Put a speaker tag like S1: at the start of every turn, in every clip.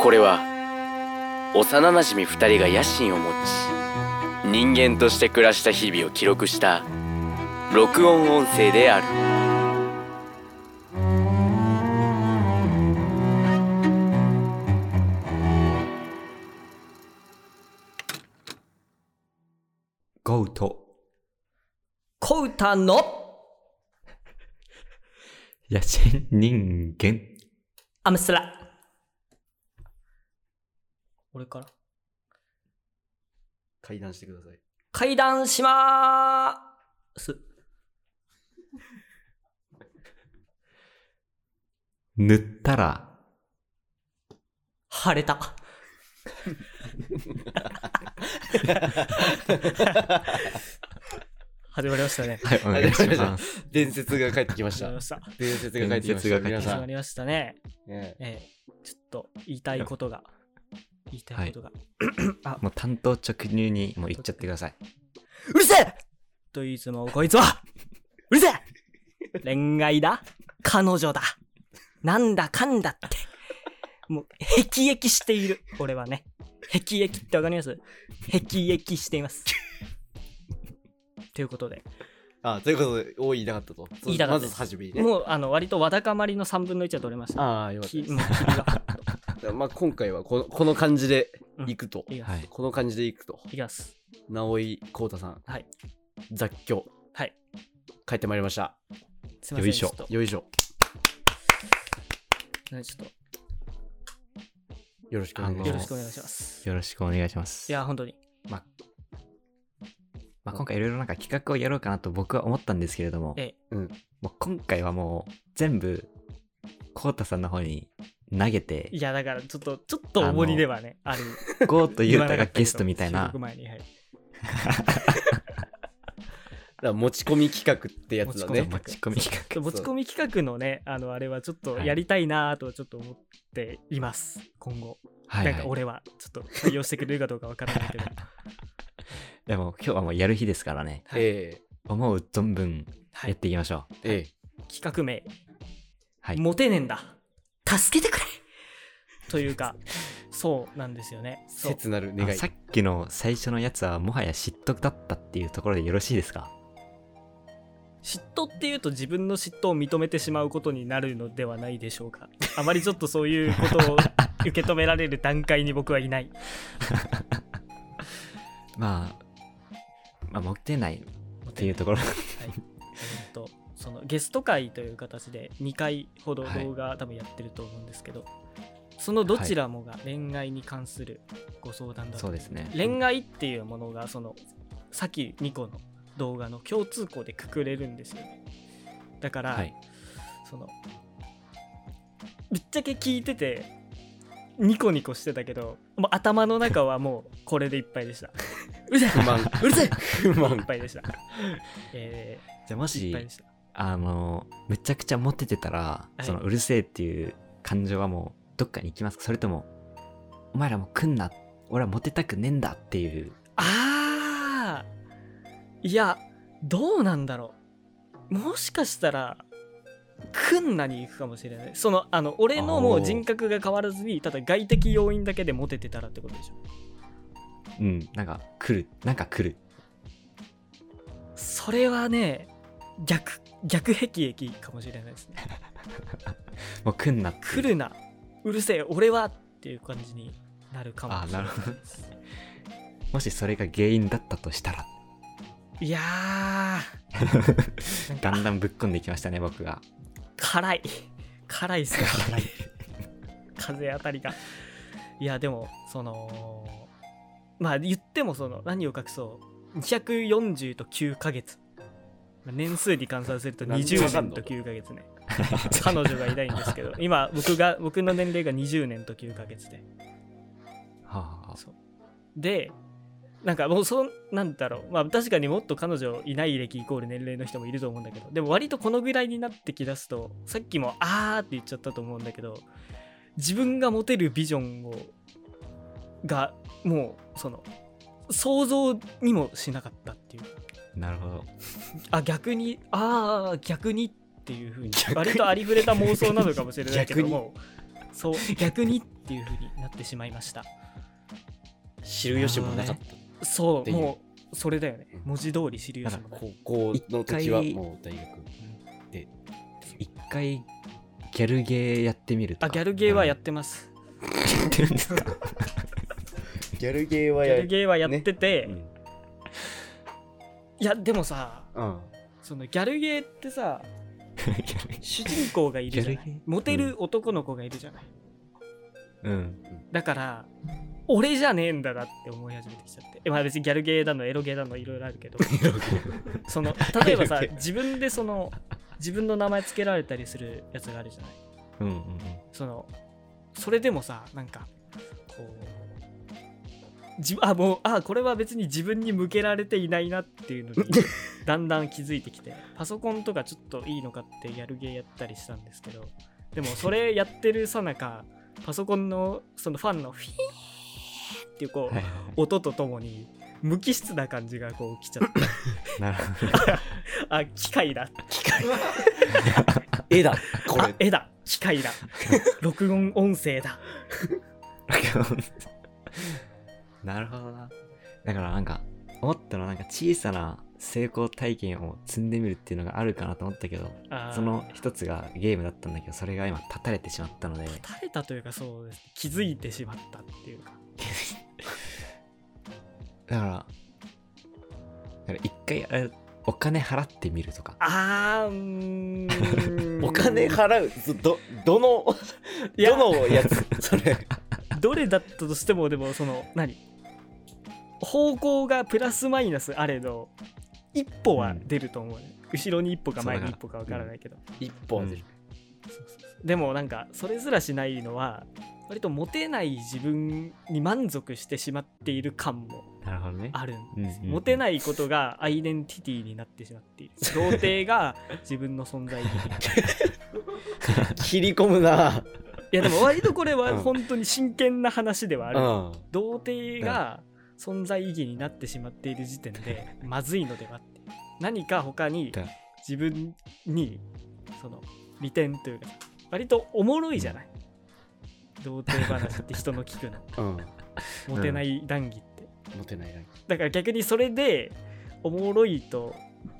S1: これは幼なじみ2人が野心を持ち人間として暮らした日々を記録した録音音声である
S2: ゴウと
S3: コウタの
S2: 野心人間。
S3: アムスラ。俺から。
S2: 会談してください。
S3: 階段しまーす。
S2: 塗ったら、
S3: 晴れた。始まりましたね。
S2: はい、お願いします。
S1: 伝説が帰ってきまし
S3: 始まりました。
S1: 伝説
S2: が帰ってきました皆
S3: 始まりましたね。
S1: ね
S3: ええ、ちょっと言いたいことが。言いたいことが。
S2: もう担当直入に、もう言っちゃってください。
S3: うるせえと言いつも、こいつは、うるせえ恋愛だ彼女だなんだかんだって。もう、へきえきしている。俺はね。へきえきってわかりますへきえきしています。ということで、
S4: あということで、多い言いたかったと。
S3: 言いたかったで
S4: ますず初めにね。
S3: もう、あの、割とわだかまりの3分の1は取れました。
S4: ああ、よかった
S3: き
S4: で
S3: もう霧が。
S4: す。まあ、今回はこのこの感じで行くと。
S3: いきます。、
S2: はいい。
S4: この感じで行くと。
S3: きます。
S4: 直井幸太さん。
S3: はい。
S4: 雑居。
S3: はい。
S4: 帰ってまいりました。
S3: すいません。
S2: よいしょ
S3: ちょっと
S4: よいしょ。
S3: ねちょっ
S4: よろしくお願いし
S3: と、
S4: ます。
S3: よろしくお願いします。
S2: よろしくお願いします。
S3: いや、本当に。
S2: まあ、今回いろいろなんか企画をやろうかなと僕は思ったんですけれども、
S3: え
S2: もう今回はもう全部、コウタさんの方に投げて
S3: い、や、だから、ちょっと、ちょっとおごりではね、ある。
S2: ゴーとユータがゲストみたいな
S3: 収録、前にはい
S4: だから持ち込み企画ってやつだ
S3: 持ち込
S4: ね
S3: み。
S2: 持ち込み企画。
S3: 持ち込み企画のね、あの、あれはちょっと
S2: はい
S3: やりたいなぁとちょっと思っています、今後。
S2: はい、
S3: なんか
S2: はい。
S3: 俺は、ちょっと対応してくれるかどうかわからない けど。
S2: でも今日はもうやる日ですからね、
S4: え
S2: 思う存分
S3: は
S2: やっ
S3: い、
S2: ていきましょう。
S4: ええ
S3: 企画名、
S2: はい。
S3: モテねんだ。助けてくれというか、そうなんですよね。
S4: え
S3: そう
S4: 切なる
S2: あ
S4: 願い
S2: さ。っきの最初のやつはもはや嫉妬だったっていうところでよろしいですか
S3: 嫉妬っていうと自分の嫉妬を認めてしまうことになるのではないでしょうか。あまりちょっとそういうことを受け止められる段階に僕は いない。
S2: まあ、まあ、モテないっていうところ。
S3: はい、えっとそのゲスト会という形で2回ほど動画、多分やってると思うんですけどそのどちらもが恋愛に関するご相談だと、
S2: そうですね。
S3: 恋愛っていうものがそのさっき2個の動画の共通項でくくれるんですよねだから、
S2: はい。
S3: そのぶっちゃけ聞いててニコニコしてたけどもう頭の中はもうこれでいっぱいでした うるせえ
S4: 不満。
S3: うるせえ
S4: 不
S3: いっ
S4: 満。
S3: ぱいでした、え
S2: じゃあも
S3: ー、いっ
S2: し
S3: ぱいで、した
S2: あの、めちゃくちゃモテてたら、
S3: い
S2: そのうるせえっていう感情はもうどっかに行きますかそれとも、お前らもう来んな。俺はモテたくねえんだっていう。
S3: ああいやどうなんだろうもしかしたらクンナに行くかもしれないそのあの俺のも
S2: あ
S3: う
S2: ー
S3: 人格が変わらずにただ外的要因だけでモテてたらってことでしょ
S2: うん。なんか来る。なんか来る。
S3: それはね逆逆壁駅かもしれないですね
S2: もう来んなっていう
S3: 来るなうるせえ俺はっていう感じになるかもしれない
S2: あーなる
S3: です
S2: もしそれが原因だったとしたら、
S3: いやー
S2: だ
S3: なん
S2: ん
S3: か
S2: だんぶっこんでいきましたね、僕が。
S3: 辛い辛いっすね
S2: 辛い。
S3: 風当たりがいやでもそのまあ言ってもその何を隠そう240と9ヶ月まあ年数に換算すると
S4: なんでわ
S3: 20
S4: かん
S3: 年
S4: の
S3: と9ヶ月ね彼女がいないんですけど今僕が僕の年齢が20年と9ヶ月で
S2: はあ、
S3: でなんかもうそんなんだろうまあ確かにもっと彼女いない歴イコール年齢の人もいると思うんだけどでも割とこのぐらいになってきだすとさっきも「あー」って言っちゃったと思うんだけど自分が持てるビジョンをがもうその想像にもしなかったっていう
S2: なるほど。
S3: あ逆にああ逆にっていうふうに割とありふれた妄想なのかもしれないけどもそう逆にっていう風になってしまいました
S4: 知る由もなかった。
S3: そう
S4: できる
S3: もうそれだよね文字通り知るよしもない
S4: 高校の時はもう大学。
S2: 一回ギャルゲーやってみるとか
S3: あギャルゲーはや
S2: っ
S3: ってます
S2: てるんですか
S4: ギャルゲーは
S3: ギャルゲーはやってて、
S4: うん
S3: いやでもさ
S4: うん。
S3: そのギャルゲーっ てさ
S2: ギャルゲー
S3: 主人公がいるじゃ
S2: ギャ
S3: な
S2: ルゲー
S3: いモテる男の子がいるじゃない、
S2: うん
S3: だから俺じゃねえんだなって思い始めてきちゃってえまあ別にギャルゲーだのエロゲーだのいろいろある けどその例えばさ
S4: エロゲー
S3: 自分でその自分の名前つけられたりするやつがあるじゃない
S2: うんうんうん
S3: そのそれでもさなんかこうじあもうあこれは別に自分に向けられていないなっていうのにだんだん気づいてきてパソコンとかちょっといいのかってやるゲーやったりしたんですけどでもそれやってるさなかパソコンのそのファンのフィーっていうこう
S2: はいはいは
S3: 音とともに無機質な感じがこう来ちゃって
S2: いなるほど
S3: あ機械だ
S4: 絵だ、こ
S3: あ
S4: れ。
S3: 絵だ機械だ録音音声だ
S2: なるほどな。だからなんか、思ったのはなんか小さな成功体験を積んでみるっていうのがあるかなと思ったけど、
S3: あー
S2: その一つがゲームだったんだけど、それが今立たれてしまったので、
S3: 垂れたというかそうです気づいてしまったっていうか
S2: だから、だから一回あれ、お金払ってみるとか。
S3: あーうーん
S4: お金払う。ず ど、どの、
S3: いや
S4: どのやつ それ。
S3: どれだったとしてもでもその何方向がプラスマイナスあれど一歩は出ると思うね、後ろに一歩か前に一歩かわからないけど
S4: 一本で。
S3: でもなんかそれすらしないのは割とモテない自分に満足してしまっている感も
S2: なるほどね。
S3: あるんです、
S2: うんうんうん
S3: モテないことがアイデンティティになってしまっている童貞が自分の存在意義に
S4: 切り込むな。
S3: いやでも割とこれ
S4: う
S3: は
S4: ん
S3: 本当に真剣な話ではあ
S4: う
S3: る、
S4: ん。
S3: 童貞が存在意義になってしまっている時点でまずいのではって何か他に
S2: だ
S3: 自分にその利点というか割とおもろいじゃない、童貞話って人の聞 くの
S4: うん。
S3: モテない談義って、
S4: モテないな。
S3: だから逆にそれでおもろいと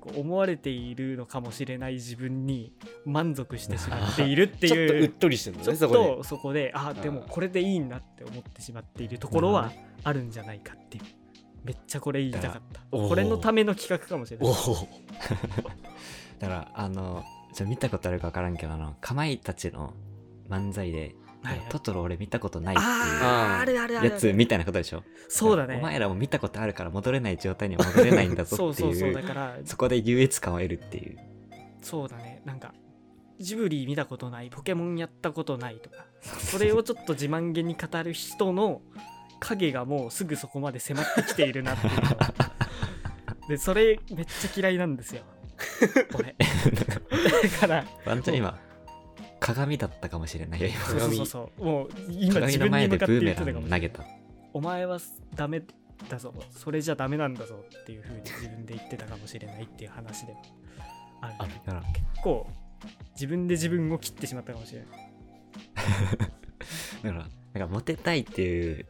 S3: こう思われているのかもしれない自分に満足してしまっているって
S4: ちょっと
S3: いう
S4: うっとりしてるの
S3: ちょ
S4: ね、
S3: っ
S4: そこで。
S3: とそこであ
S4: ん
S3: でもこれでいいんだって思ってしまっているところはあるんじゃないかっていうめっちゃこれ言いたかった
S4: おー
S3: これのための企画かもしれな
S4: お
S3: い
S4: お。
S2: だから、あの、じゃ見たことあるかわからんけど、あの、かまいたちの漫才で、
S3: はいはい
S2: トトロ俺見たことないっていう
S4: う
S3: あ
S4: ん
S3: ーあるあるある
S2: やつみたいなことでしょ
S3: そうだ
S2: お
S3: ね
S2: 前らも見たことあるから戻れない状態には戻れないんだ
S3: そ
S2: ぞ
S3: う
S2: って
S3: そ
S2: いうう
S3: そうだ
S2: そ
S3: から
S2: こで優越感を得るっていう
S3: そうだねなんかジブリ見たことないポケモンやったことないとかそれをちょっと自慢げに語る人の影がもうすぐそこまで迫ってきているなっていうの がでそれめっちゃ嫌いなんですよ 俺だから
S2: ワンちゃん今鏡だったかもしれないよ今
S3: そうそうそうそうもう今
S2: 鏡
S3: 自
S2: の
S3: 分
S2: 前でブ
S3: に向かって
S2: ーメ
S3: 言っ
S2: ラ
S3: てたかもし
S2: ン
S3: れな
S2: 投
S3: い
S2: げた
S3: お前はダメだぞそれじゃダメなんだぞっていうふうに自分で言ってたかもしれないっていう話でもある
S2: あだから
S3: 結構自分で自分を切ってしまったかもしれない
S2: だからなんかモテたいっていう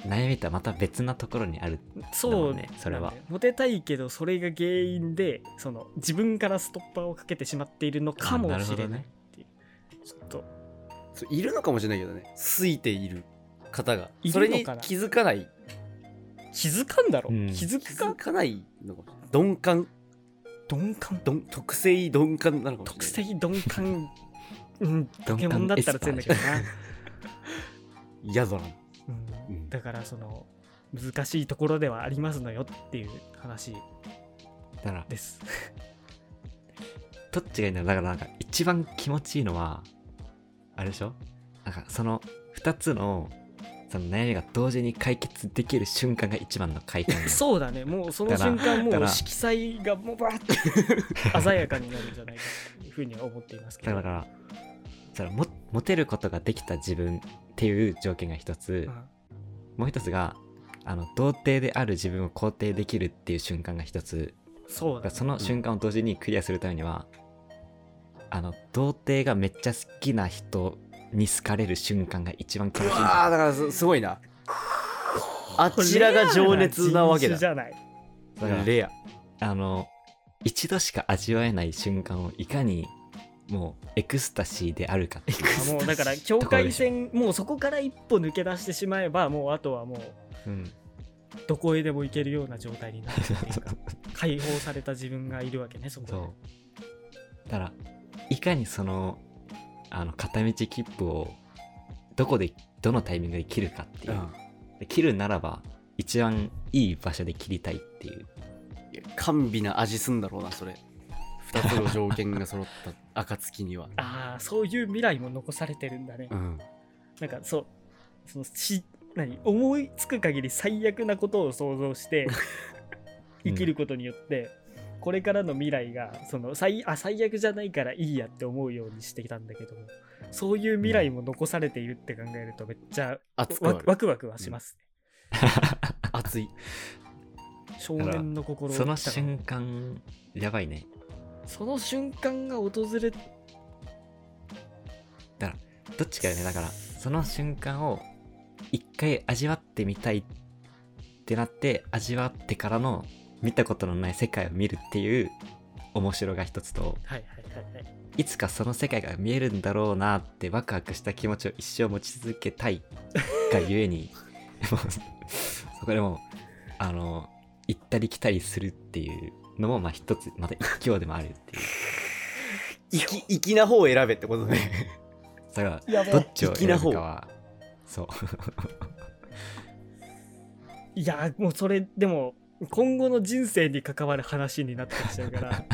S2: 悩みとはまた別なところにある
S3: そう
S2: ねそれは
S3: なんだよモテたいけどそれが原因でその自分からストッパーをかけてしまっているのかもしれ
S2: あなるほど
S3: ないっ
S2: ね
S3: ていう、ちょっと
S4: そういるのかもしれないけどね。ついている方が。
S3: いるの
S4: そ
S3: かな
S4: れに気づかない。
S3: 気づかんだろ、
S2: うん
S3: 気づ
S4: 気
S3: か
S4: づかないのかもしれない。鈍感。
S3: 鈍感
S4: どん特性鈍感なのかも
S3: 特
S4: し
S3: 性
S4: れない
S3: 鈍感うんポケモンだったら強いんだけどな
S4: 嫌だな、
S3: うん
S4: うん
S3: だからその難しいところではありますのよっていう話
S2: だから
S3: です。
S2: どっちがいいんだろうだからなんか一番気持ちいいのはあれでしょなんかその2つのその悩みが同時に解決できる瞬間が一番の快感
S3: そうだね、もうその
S2: だから
S3: 瞬間、も
S2: だか
S3: う
S2: ら
S3: 色彩がもうバーッと鮮やかになるんじゃないかというふうには思っていますけ
S2: だ
S3: ど。
S2: からだからそのモモテることができた自分っていう条件が一つ、
S3: うん
S2: もう一つがあの童貞である自分を肯定できるっていう瞬間が一つ
S3: そうだね、
S2: その瞬間を同時にクリアするためには、あの童貞がめっちゃ好きな人に好かれる瞬間が一番苦しいん
S4: う
S2: だ
S4: わーだからすすごいなあちらが情熱なわけだ
S3: 人種じゃない。
S2: だから
S4: レア
S2: あの一度しか味わえない瞬間をいかにもうエクスタシーであるかっていう
S3: もうだから境界線もうそこから一歩抜け出してしまえばもうあとはも う
S2: うん
S3: どこへでも行けるような状態になるっていうか解放された自分がいるわけねそこで
S2: そうだからいかにそのあの片道切符をどこでどのタイミングで切るかっていう、で切るならば一番いい場所で切りたいっていう
S4: いや甘美な味すんだろうなそれ二つの条件が揃った暁には
S3: ああそういう未来も残されてるんだね、
S4: うん
S3: なんかそうそのし何思いつく限り最悪なことを想像して 生きることによって、これからの未来がその最あ最悪じゃないからいいやって思うようにしてきたんだけどもそういう未来も残されているって考えるとめっちゃ
S4: 熱く
S3: わ
S4: あ
S3: ワ
S4: る
S3: クワクはします、
S4: 熱い
S3: 少年の心を
S2: その
S3: 打ったの
S2: 瞬間やばいね
S3: その瞬間が訪れ
S2: どっちかよねだからその瞬間を一回味わってみたいってなって味わってからの見たことのない世界を見るっていう面白が一つと
S3: はいはいはいはい
S2: いつかその世界が見えるんだろうなってワクワクした気持ちを一生持ち続けたいがゆえにもうそこでもうあの行ったり来たりするっていうのもまあ一つまた一興でもあるっていう
S4: 粋粋な方を選べってことね
S2: だから
S3: やば
S2: ど
S3: い
S2: っちを選ぶかはそう
S3: いやもうそれでも今後の人生に関わる話になってきちゃうから
S4: だか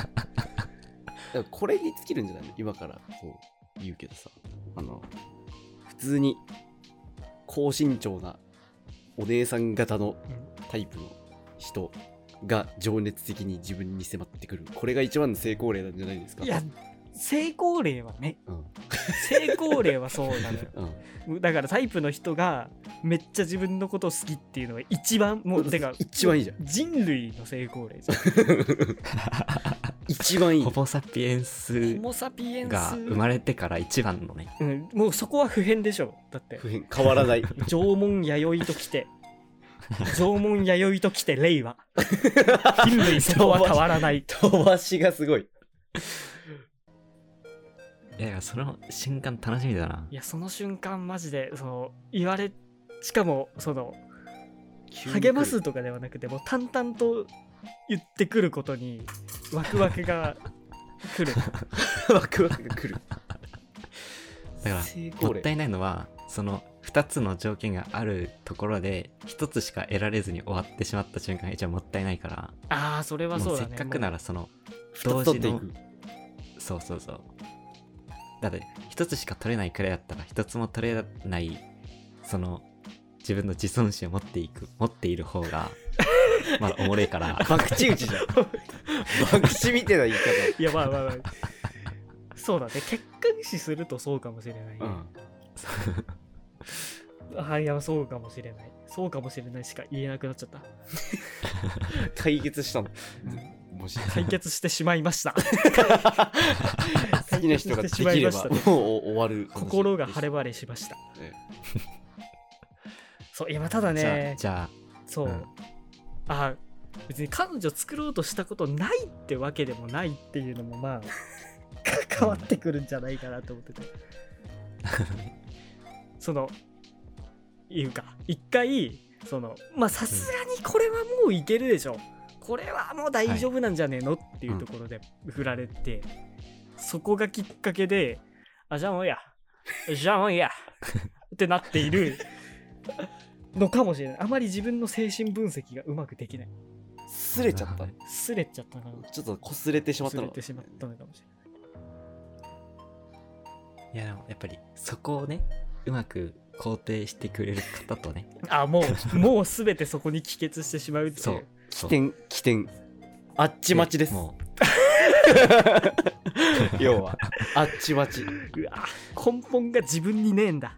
S4: らこれに尽きるんじゃないの今からこう言うけどさあの普通に高身長なお姉さん型のタイプの人が情熱的に自分に迫ってくるこれが一番の成功例なんじゃないですか
S3: いや成功例はね
S4: うん
S3: 成功例はそうなのよ
S4: うん
S3: だからタイプの人がめっちゃ自分のことを好きっていうのが一番もうてか
S4: 一番いいじゃん
S3: 人類の成功例じ
S4: 一番いい
S2: ホモ・サピエン
S3: ゃん
S2: ス
S3: ホモ・サピエンス
S2: が生まれてから一番のね
S3: うん、もうそこは不変でしょだって
S4: 普遍変わら ない
S3: 縄文弥生と きて縄文弥生ときて令和人類そこは変わ らない
S4: 飛ばしがすごい
S2: いやいやその瞬間楽しみだない
S3: やその瞬間マジでその言われしかもその励ますとかではなくてもう淡々と言ってくることにワクワクが 来る
S4: ワクワクが来る
S2: だから
S4: 成
S2: も
S4: 功
S2: った
S4: 例
S2: いないのはその2つの条件があるところで1つしか得られずに終わってしまった瞬間が一番もったいないから
S3: ああそれは
S2: も
S3: そうう
S2: せ
S3: だ
S2: っ
S3: ね
S2: かくな
S3: ら
S2: らその
S4: 二つ取っていく
S2: そうそうそうだって1つしか取れないくらいだったら1つも取れないその自分の自尊心を持っていく持っている方 がまだおもれえから
S4: バク チ打ちじゃんバクチみたいな言い
S3: いやまあまあまあそうだね結果視するとそうかもしれない、
S4: 方 うん
S3: ああいやそうかもしれないそうかもしれないしか言えなくなっち ゃった
S4: 解決したのもし
S3: 解決してしまい ました
S4: 好きな人ができればもう終わる
S3: 心が晴れ
S4: ば
S3: 晴れしました
S4: え
S3: そう今ただ
S2: じゃあ
S3: ね
S2: じゃ
S3: そう、
S2: うん
S3: あ別に彼女作ろうとしたことないってわけでもないっていうのもまあ関わってくるんじゃないかなと思っててそのいうか一回そのまあさすがにこれはもういけるでしょ、これはもう大丈夫なんじゃねえの、っていうところで振られて、そこがきっかけであじゃあもういいやじゃあもういいやってなっているのかもしれないあまり自分の精神分析がうまくできない
S4: あすれちゃったの
S3: すれちゃったのかな
S4: ちょっとこすれてしまっ
S3: す
S4: た
S3: れ
S4: の
S3: てしまったのかもしれない
S2: あいやでもやっぱりそこをねうまく肯定してくれる方と ね
S3: あも うもう全てそこに帰結してしまうっていう
S2: そうそ
S4: 起
S2: う
S4: 点起点あっちまちです
S2: もう
S4: 要はあっちまち
S3: うわ根本が自分にねえんだ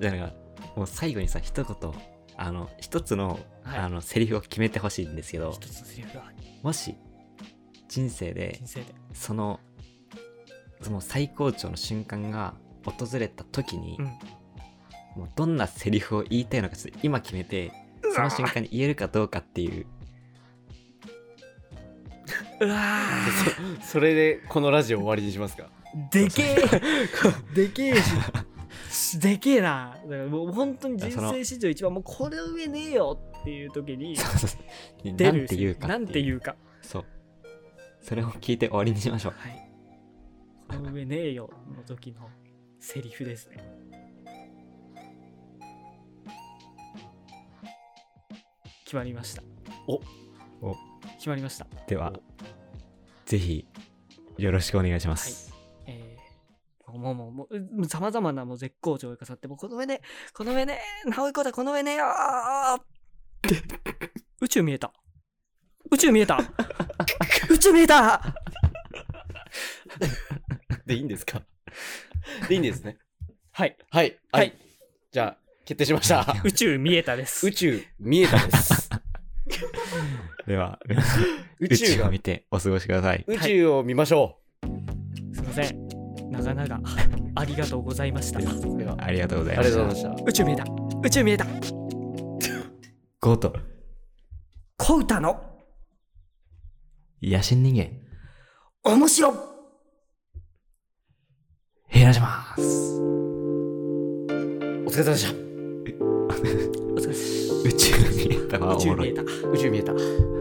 S2: だからもう最後にさ一言あの一つの,、
S3: はい
S2: あのセリフを決めてほしいんですけど
S3: 一つのセリフが
S2: もし人生で
S3: 人生で
S2: そのその最高潮の瞬間が訪れた時に、
S3: うん
S2: もうどんなセリフを言いたいのかちょっと今決めてその瞬間に言えるかどうかっていう
S3: うわ
S4: それでこのラジオ終わりにしますか
S3: ーでけえでけえしでけえなだからもう本当に人生史上一番もうこれ上ねえよっていう時に
S2: そうそうそう
S3: 出
S2: な
S3: る
S2: んて言うか
S3: なんて
S2: う
S3: 言うか
S2: そうそれを聞いて終わりにしましょう
S3: はいこの上ねえよの時のセリフですね決まりました
S4: お
S2: お
S3: 決まりました
S2: ではぜひよろしくお願いします、
S3: えー、もうもうもううさまざまなもう絶好調が重なってもうこの上ねこの上ね直井子だこの上ねよー宇宙見えた宇宙 見えた宇宙見えた
S4: でいいんですかでいいんですね
S3: はい
S4: はい
S3: は
S4: はいい、じゃあ決定しました
S3: 宇宙見えたです
S4: 宇宙見えたです
S2: では皆さん
S4: 宇
S2: 宇
S4: 宙
S2: 宙を
S4: が
S2: 見てお過ごしください
S4: 宇宙を見ましょ
S3: すいません長々 ありがとうございました
S4: う、では
S2: ありがとうござい
S4: あ
S2: ま
S4: りが
S2: し
S4: とう
S2: た
S4: ございました
S3: 宇宙見えた宇宙見えた
S2: ゴート
S3: 小唄の
S2: 野心人間
S3: 面白
S2: 減らします
S4: お疲れ様でした
S3: お疲れ様でし
S2: 宇宙に行った
S3: た
S2: は
S3: 宇
S2: お
S3: 宙
S2: もろ
S3: 見え
S2: い
S3: た
S4: 宇宙見えた